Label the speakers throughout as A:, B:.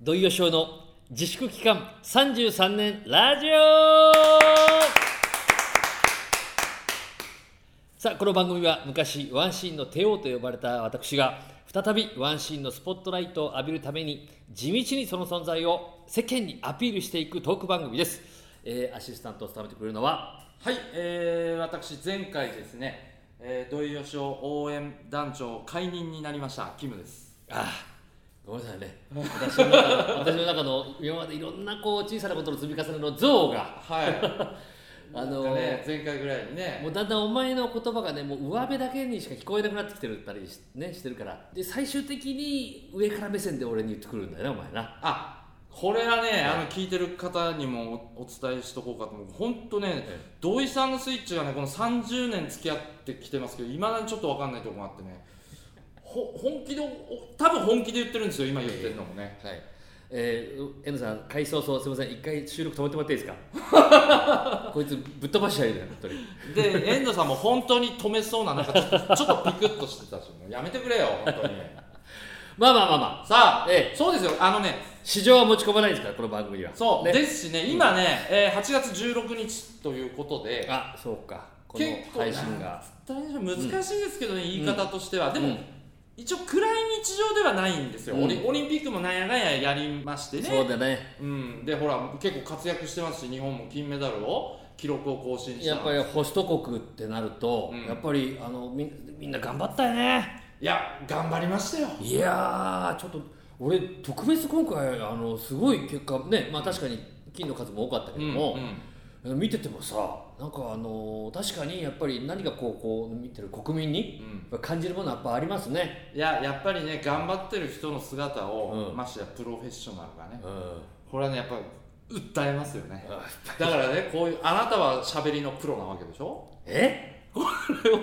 A: 土井善雄の自粛期間33年ラジオさあこの番組は昔ワンシーンの帝王と呼ばれた私が再びワンシーンのスポットライトを浴びるために地道にその存在を世間にアピールしていくトーク番組です、えーアシスタントを務めてくれるのは
B: はい、えー、私前回ですね、えー、土井善雄応援団長解任になりましたキムです
A: ああごめんなさいね私の中の私の中の今までいろんなこう小さなことの積み重ねの像が
B: はい
A: あ
B: あ
A: の
B: のね前回ぐらいにね
A: もうだんだんお前の言葉がねもう上辺だけにしか聞こえなくなってきてるったりし,、ね、してるからで最終的に上から目線で俺に言ってくるんだよねお前な
B: あこれはね、あの聞いてる方にもおお伝えしとこうかと思う本当ね、土井さんのスイッチがねこの30年付き合ってきてますけどいまだにちょっと分かんないとこがあってねほ本気でお多分本気で言ってるんですよ今言ってるのもね、
A: はい。えー、う N さん、回想そう、すみません、一回収録止めてもらっていいです か。こいつぶっ飛ばしちゃいるよ、本当に。
B: で 遠藤さんも本当に止めそうななんかちょっとちょっとピクッとしてたしもうやめてくれよ本当に
A: まあまあまあまあ、
B: さあ、
A: え
B: そうですよあのね
A: 市場は持ち込まないですから、この番組は。
B: そう、
A: ね、
B: ですしね今ね、えー8月16日ということで
A: あ、そうか。この
B: 結構
A: 配信が。
B: 大変難しいですけどね、言い方としては、で
A: う
B: も
A: ん
B: 一応暗い日常ではないんですよ、
A: うん
B: オリオリンピックもなんやかんややりましてね
A: そうだね。
B: うん、でほら結構活躍してますし日本も金メダルを記録を更新した
A: やっぱりホスト国ってなると、
B: うん
A: やっぱりあのみみんな頑張ったよね
B: いや頑張りましたよ
A: いやーちょっと俺特別今回あのすごい結果ねまあ確かに金の数も多かったけども、
B: ん
A: 見ててもさなんかあのー確かにやっぱり何かこうこう見てる国民に
B: うん
A: 感じるものはやっぱありますね、
B: いややっぱりね頑張ってる人の姿を、
A: うん
B: ましてやプロフェッショナルがね
A: うん
B: これはねやっぱ訴えますよねだからねこういうあなたは喋りのプロなわけでしょ
A: え
B: これを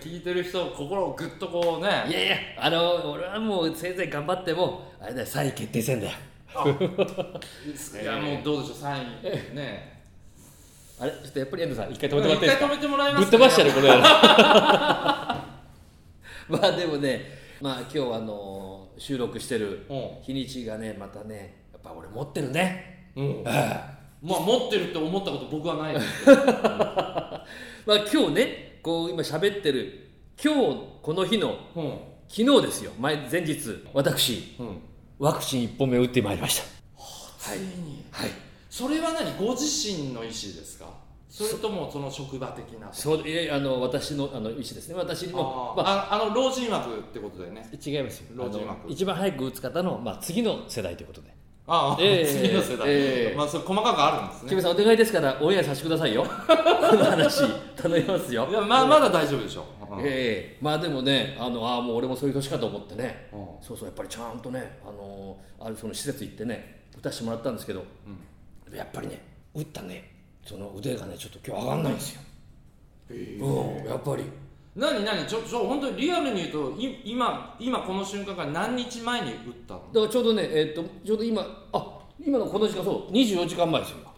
B: 聞いてる人心をぐっとこう
A: い
B: ね
A: やいやあのー俺はもうせいぜい頑張ってもあれだよ3位決定戦だよ
B: いやもうどうでしょうサインね
A: あれちょっとやっぱり遠藤さん一回止
B: 一
A: めても
B: 回
A: らっていいですか
B: 止めてもらいま
A: ぶっ
B: すか
A: 飛ばしちゃうこれ まあでもねまあ今日あのー収録してる
B: う
A: 日にちがねまたねやっぱ俺持ってるね
B: うんまあ持ってるって思ったこと僕はないです
A: まあ今日ねこう今喋ってる今日この日の
B: うん
A: 昨日ですよ前前日私
B: うん
A: ワクチン1本目打ってまいりました
B: ついに
A: はい
B: それは何ご自身の意思ですかそれともその職場的な
A: そういやいやあの私のあの意思ですね私もまあ
B: あああの老人枠ってことだよね
A: 違いますよあ
B: 老人
A: の
B: 枠
A: 一番早く打つ方の、まあ、次の世代ということで
B: ああ、
A: ええ
B: 次の世代、
A: ええ
B: まあそれ細かくあるんです
A: キ
B: ね
A: ムさんお願いですからオンエアさせてくださ いよこの話頼みますよ
B: いやまあまだ大丈夫でしょ、うん
A: ええまあでもねあのあーもう俺もそういう年かと思ってね、
B: う
A: そうそうやっぱりちゃんとねあのーあるその施設行ってね打たせてもらったんですけど、やっぱりね打ったねその腕がねちょっと今日上がんないんですよ、うんやっぱり
B: 何何ちょちょ本当にリアルに言うとい今今この瞬間から何日前に打ったの
A: だからちょうどねえっとちょうど今あ今のこの時間そう24時間前ですよ今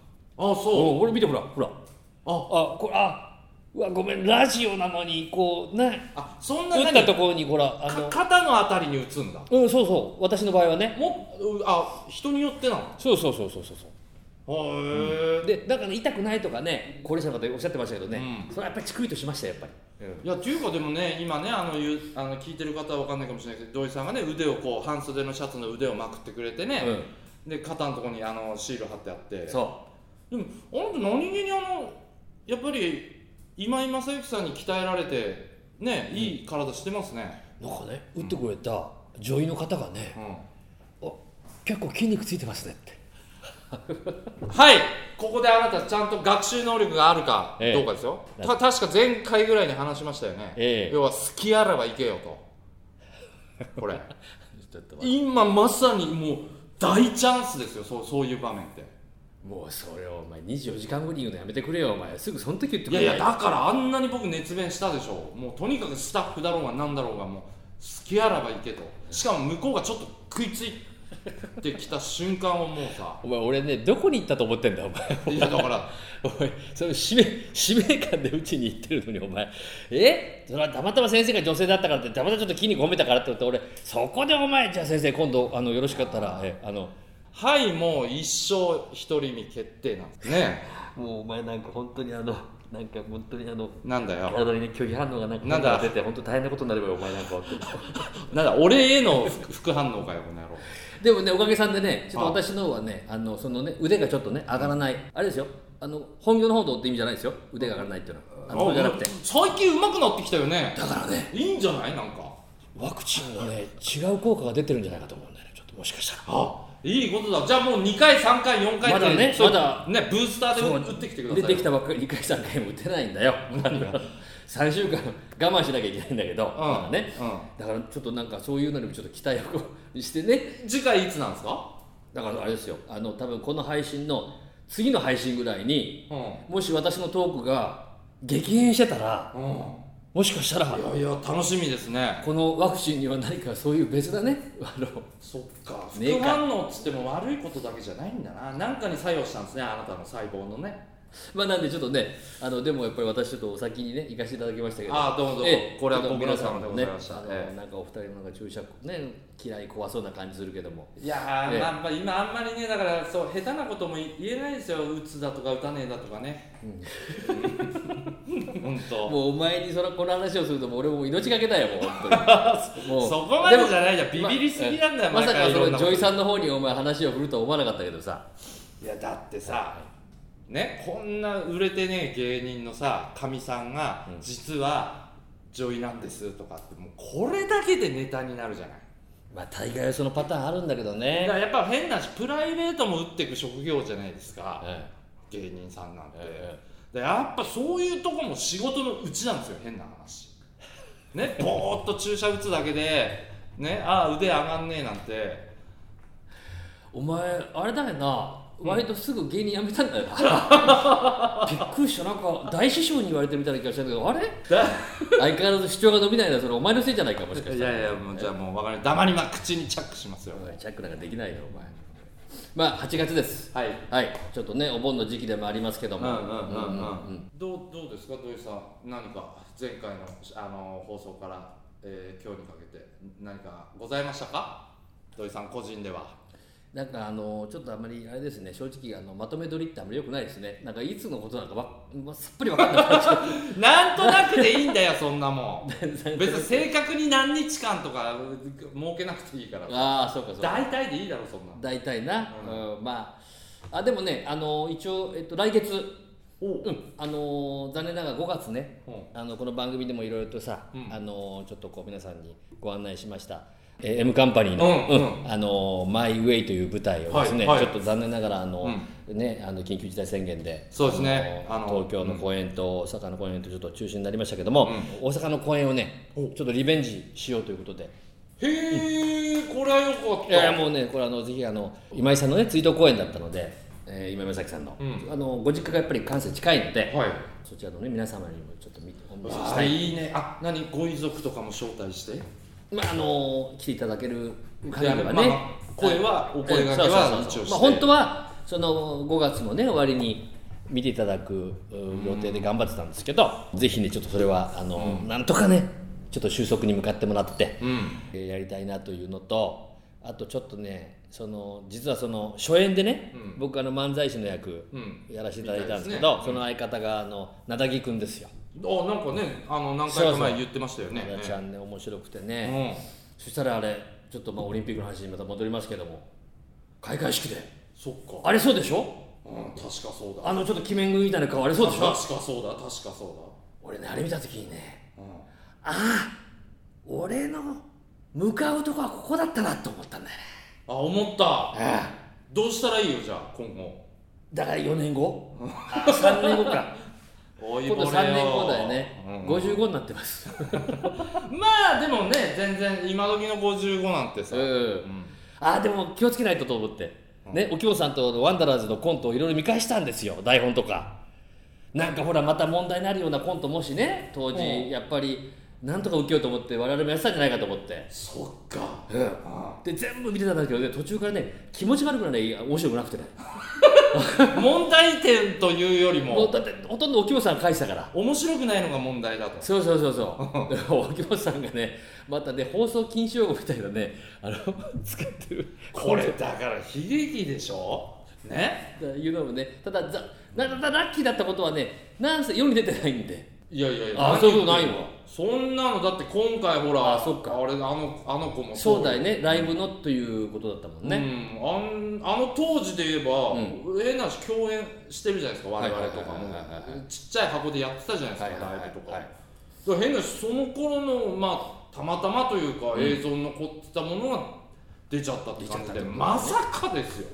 B: あ
A: う
B: そ
A: ん俺見てほらほらあこれあうわごめんラジオなのにこうね
B: うあそんな
A: 打った
B: 何
A: ところにほらあ
B: か
A: の
B: 肩のあたりに打つんだ
A: うんそうそう私の場合はね
B: もうあ人によってなの
A: そうそうそうそうそうそう
B: へ
A: でだから、痛くないとかね高齢者の方おっしゃってましたけどね、
B: う
A: それはやっぱりチクリとしましたよやっぱり、
B: いやというかでもね今ねあのゆあの聞いてる方は分かんないかもしれないけど土井さんがね腕をこう半袖のシャツの腕をまくってくれてね、で肩のところにあのシール貼ってあって
A: そ
B: でもあなた何気にあのやっぱり今井正行さんに鍛えられてねいい体してますね、
A: うなんかね打ってくれた女医の方がね、あ結構筋肉ついてますねって
B: はいここであなたちゃんと学習能力があるか
A: ええ
B: どうかですよ、
A: な
B: た確か前回ぐらいに話しましたよね、
A: ええ
B: 要は好きあらば行けよとこ れ
A: ちょっと待っ
B: 今まさにもう大チャンスですよそうそういう場面って
A: てもうそれをお前24時間後に言うのやめてくれよお前すぐその時言って
B: い
A: く
B: や
A: れ
B: いやだからあんなに僕熱弁したでしょもうとにかくスタッフだろうが何だろうがもう好きあらば行けとしかも向こうがちょっと食いついてきた瞬間をもうさ
A: お前俺ねどこに行ったと思ってんだお前
B: いやだから
A: お前それ使命使命感でうちに行ってるのにお前えそれはたまたま先生が女性だったからってたまたまちょっと筋肉褒めたからって言って俺そこでお前じゃあ先生今度あのよろしかったらえあの
B: はいもう一生独り身決定なんですね
A: もうお前なんか本当にあのなんか本当にあの
B: なんだよ
A: あのね拒否反応がなんか
B: なんだ
A: 出て本当大変なことになればよお前なんかはって
B: なんだ俺への副副反応かよこの野郎
A: でもねおかげさんでねちょっと
B: あ
A: 私の方はねあのそのね腕がちょっとね上がらないあれですよあの本業の報道って意味じゃないですよ腕が上がらないっていうのはあのそうじゃなくて
B: あ最近上手くなってきたよね
A: だからね
B: いいんじゃないなんか
A: ワクチンがね違う効果が出てるんじゃないかと思うんだよねちょっともしかしたら
B: あいいことだじゃあもう2回3回4回って
A: まだね
B: そう
A: まだ
B: ねブースターで
A: そう
B: 打ってきてください
A: 出てきたばっかり2回3回も打てないんだよ3週間我慢しなきゃいけないんだけど、まだね、だからちょっとなんかそういうのにもちょっと期待をこうしてね
B: 次回いつなんですか
A: だからあれですよあの多分この配信の次の配信ぐらいに
B: うん
A: もし私のトークが激変してたら
B: う
A: もしかしたら
B: んいやいや楽しみですね
A: このワクチンには何かそういう別なね あの
B: そっか
A: ねえ
B: 副
A: か
B: 反応っつっても悪いことだけじゃないんだななんかに作用したんですねあなたの細胞のね
A: まあなんでちょっとねあのでもやっぱり私ちょっとお先にね行かせていただきましたけど
B: ああどうもどうも
A: ええ
B: これは
A: ちょっと
B: ご苦労様でございました
A: 皆さんもね
B: え
A: あのなんかお二人もなんか注射ね嫌い怖そうな感じするけども
B: いやー、
A: ええ
B: まあまあ、今あんまりねだからそう下手なことも言えないですよ打つだとか打たねえだとかね 本当
A: もうお前にそのこの話をするともう俺もう命がけだよもう本 当にもう
B: そこまでじゃないじゃんビビりすぎなんだよ、
A: まあまさか
B: 毎回い
A: そ
B: ろ
A: の
B: んな
A: ジ
B: こ
A: ョ
B: と
A: イさんの方にお前話を振るとは思わなかったけどさ
B: いやだってさねこんな売れてねえ芸人のさかみさんが
A: うん
B: 実は女医なんですとかってもうこれだけでネタになるじゃない
A: まあ大概はそのパターンあるんだけど
B: だ
A: ね
B: からやっぱ変なしプライベートも打っていく職業じゃないですか
A: え
B: 芸人さんなんて
A: え
B: でやっぱそういうとこも仕事のうちなんですよ変な話ねぼーっと注射打つだけでねああ腕上がんねえなんて
A: お前あれだよな割とすぐ芸人辞めたんだよな、びっくりしたなんか大師匠に言われてるみたいな気がしたんだけどあれ
B: だ
A: 相変わらず主張が伸びないのはそれお前のせいじゃないかもしか
B: い
A: したら
B: やいやもうじゃあもう分かる黙りま口にチャックしますよ
A: お前チャックなんかできないよお前まあ8月です
B: はい
A: はいちょっとねお盆の時期でもありますけども
B: うんうんうんうん
A: うんうん
B: どうどうですか土井さん何か前回のあの放送から、えー今日にかけて何かございましたか土井さん個人では
A: なんかあのちょっとあんまりあれですね正直あのまとめ撮りってあんまり良くないですねなんかいつのことなのかわ、 まさっぱり分かんなくなっちゃう
B: なんとなくでいいんだよそんなもん別に正確に何日間とか設けなくていいか ら
A: ああそうかそうか
B: 大体でいいだろそんな
A: 大体な、
B: う
A: うんまああでもねあの一応、えっと、来月、
B: お
A: うん、あの残念ながら5月ね
B: うん
A: あのこの番組でもいろいろとさ、
B: うん
A: あのちょっとこう皆さんにご案内しました、えー M カンパニーの「
B: うん
A: あのマイ・ウェイ」という舞台をですね、
B: はいはい
A: ちょっと残念ながらあの、ね、あの緊急事態宣言で
B: そうですね
A: あの
B: あの
A: 東京の公演と大阪の公演とちょっと中止になりましたけども、大阪の公演をねちょっとリベンジしようということで。
B: へえこれはよかっ
A: いやいや
B: た
A: もうねこれあのぜひあの今井さんのね追悼公演だったので、えー今井正樹さんの,、
B: うん
A: あのご実家がやっぱり関西近いので、
B: はい
A: そちらのね皆様にもちょっと見お見せし
B: あ
A: た
B: ー
A: い
B: いいねあ何ご遺族とかも招待して
A: まああの来ていただける限りは
B: まあ
A: ね、
B: まあ声はお声掛け
A: そ
B: は
A: うそうそう
B: 一
A: そう
B: 応して
A: まあ本当はその5月のね終わりに見ていただくう予定で頑張ってたんですけど、ぜひねちょっとそれはあの、なんとかねちょっと収束に向かってもらって、
B: うん
A: えーやりたいなというのとあとちょっとねその実はその初演でね、僕あの漫才師の役
B: うん
A: やらせていただいたんですけど、その相方があのなだぎくんですよ。
B: あなんかねあの何回か前言ってましたよね
A: なだちゃんね面白くて
B: う
A: ね、
B: ん
A: そしたらあれちょっとまあオリンピックの話にまた戻りますけども開会式で
B: そっか
A: あれそうでしょ
B: うん確かそうだ
A: あのちょっと鬼面組みたいな顔あれそうでしょ
B: 確かそうだ確かそう
A: 俺ねあれ見た時にね
B: だうん
A: ああ俺の向かうとこはここだったなと思ったんだよね
B: あ思った
A: ああ
B: どうしたらいいよじゃあ今後
A: だから4年後ああ3年後 か
B: おい
A: 今度
B: ぼれよ
A: 3年後だよね、
B: うん
A: 55になってます
B: まあでもね全然今時の55なんてさ、
A: うんああでも気をつけないとと思って、ねお京さんとワンダラーズのコントをいろいろ見返したんですよ台本とかなんかほらまた問題になるようなコントもしね当
B: う
A: 時
B: ん
A: やっぱりなんとか受けようと思って我々もやってたんじゃないかと思って
B: そっか
A: うんで全部見てたんだけどね途中からね気持ち悪くなるね面白くなくてね
B: 問題点というより
A: もう
B: も
A: だってほとんど沖本さんが書いてたから
B: 面白くないのが問題だと
A: そうそうそうそうで も沖本さんがねまたね放送禁止用語みたいなねあの 使ってる
B: これだから悲劇でしょね
A: というのもねただざなななラッキーだったことはねなんせ世に出てないんで
B: いやいやいや
A: あ
B: 何言っ
A: そうい
B: てん
A: うことないわ
B: そんなのだって今回ほら
A: あそっか
B: あれあのあの子も
A: そうだよ
B: ね
A: ねライブのということだったもんね、
B: うん、あんあの当時で言えば、
A: う
B: えなし共演してるじゃないですか我
A: はいはいはい
B: 々とか
A: はいは
B: もちっちゃい箱でやってたじゃないですか、ライブとか,、
A: はい
B: だから変なしその頃のまあたまたまというか、
A: うん
B: 映像に残ってたものが出ちゃったって感
A: 出
B: じ
A: ちゃったっ
B: で
A: てことね
B: まさかですよ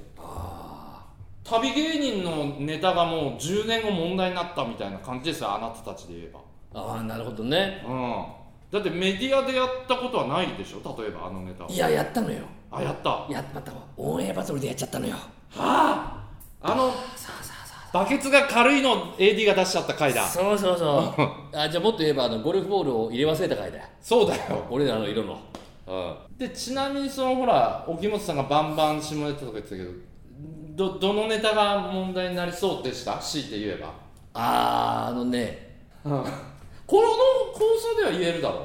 B: 旅芸人のネタがもう10年後問題になったみたいな感じですよあなたたちで言えば
A: ああなるほどね
B: うんだってメディアでやったことはないでしょ例えばあのネタはい
A: ややったのよ
B: あやったは
A: やっまたオンエアバトルでやっちゃったのよ
B: ああの
A: さあさあさ
B: バケツが軽いの AD が出しちゃった回だ
A: あそうそうそう あじゃあもっと言えばあのゴルフボールを入れ忘れた回だよ
B: そうだよ
A: 俺らの色のうん
B: でちなみにそのほら沖本さんがバンバン下ネタとか言ってたけどどどのネタが問題になりそうでした強いて言えば
A: あーあのね
B: この構想では言えるだろ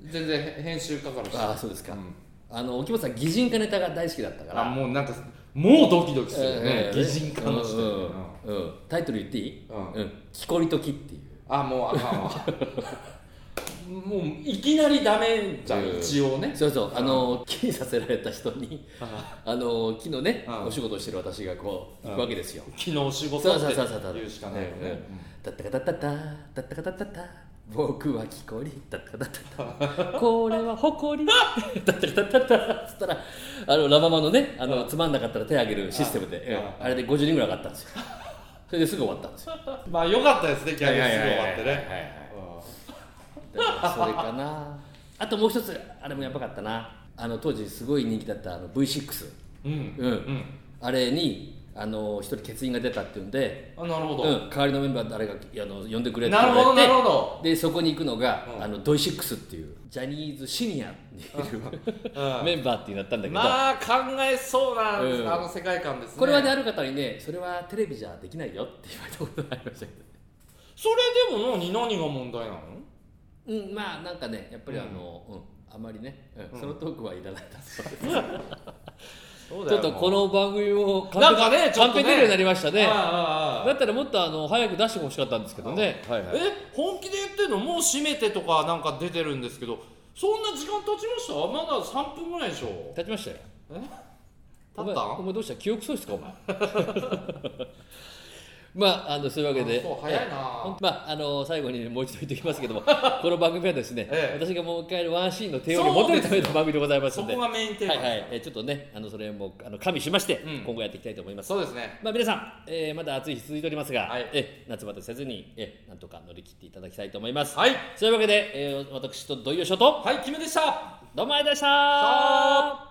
B: う全然へ編集かかるし
A: ああそうですか、
B: うん
A: あの沖本さん擬人化ネタが大好きだったから
B: あもうなんかもうドキドキするよ
A: え
B: ね
A: ー
B: 擬人化の時
A: う
B: 点で
A: んうんうんタイトル言っていい、
B: うん
A: 木こりと木っていう
B: あもうあかんわもういきなりダメじゃ
A: うん
B: ん一応ね
A: そうそうあの木にさせられた人にあの木のね
B: うん
A: お仕事をしてる私がこう
B: うん
A: 行くわけですよ
B: 昨日仕
A: そ
B: 事
A: う
B: っ
A: そう
B: て
A: そうそう
B: 言うしかないよ
A: うんう
B: ね
A: んタッタカタッタッタタッタカタッタッタ僕は木こりタッタカタッタッタこれはほこりタッタカタッタッタつったらあのラ・ママのねあのつまんなかったら手あげるシステムで
B: うん
A: うんあれで50人ぐらい上がったんですよそれですぐ終わったんですよ
B: まあ良かったですね、ギャグすぐ終わって
A: はいはいはい
B: ね。
A: だからそれかなあともう一つあれもやばかったなあの当時すごい人気だったあの V6
B: うん。
A: うん、
B: うん。
A: あれにあの一人欠員が出たっていうんで、
B: あ、なるほ
A: う
B: ど。
A: ん、代わりのメンバー誰があの呼んでくれって
B: なるほど、な
A: て
B: るほど。
A: でそこに行くのが、
B: うん
A: あのドイシックスっていうジャニーズシニアっていう
B: うん
A: メンバーってなったんだけど、
B: まあ、考えそうな、
A: うん
B: あの世界観ですね。
A: これはねある方にねそれはテレビじゃできないよって言われたことがありましたけど
B: それでも何、何が問題なの
A: うん、まあなんかねやっぱりあの、うんあまりね、うんそのトークはいらないだそうです、
B: そ
A: ちょっとこの番組も完
B: なんかね、ちょ
A: 完
B: っとね。
A: 璧出るようになりましたね
B: あああああ
A: だったらもっとあの早く出してほしかったんですけどね、はい
B: あえ、本気で言ってるのもう閉めてとかなんか出てるんですけど、そんな時間経ちましたまだ3分ぐらいでしょ。
A: 立ちましたよ
B: 経
A: お
B: っ
A: 前
B: た
A: お前どうした記憶喪失かお前 まああのそういうわけで
B: あそう、早い
A: ほん
B: な。
A: まあ、あの最後にもう一度言っておきますけ どもこの番組はですね、
B: ええ
A: 私がもう一回ワンシーンの帝王に戻るための番組でございます
B: そ
A: ので
B: こがメインテーマ
A: は
B: で
A: い
B: す。
A: はい、えーちょっとねあのそれもあの加味しまして、
B: うん
A: 今後やっていきたいと思います
B: そうですね。
A: まあ、皆さん、えーまだ暑い日続いておりますが、
B: はい
A: え夏バテせずに、えなんとか乗り切っていただきたいと思います。
B: はい。
A: そういうわけで、えー私と土井善晴と
B: はい、キムでした。
A: どうもありがとうございました
B: さあ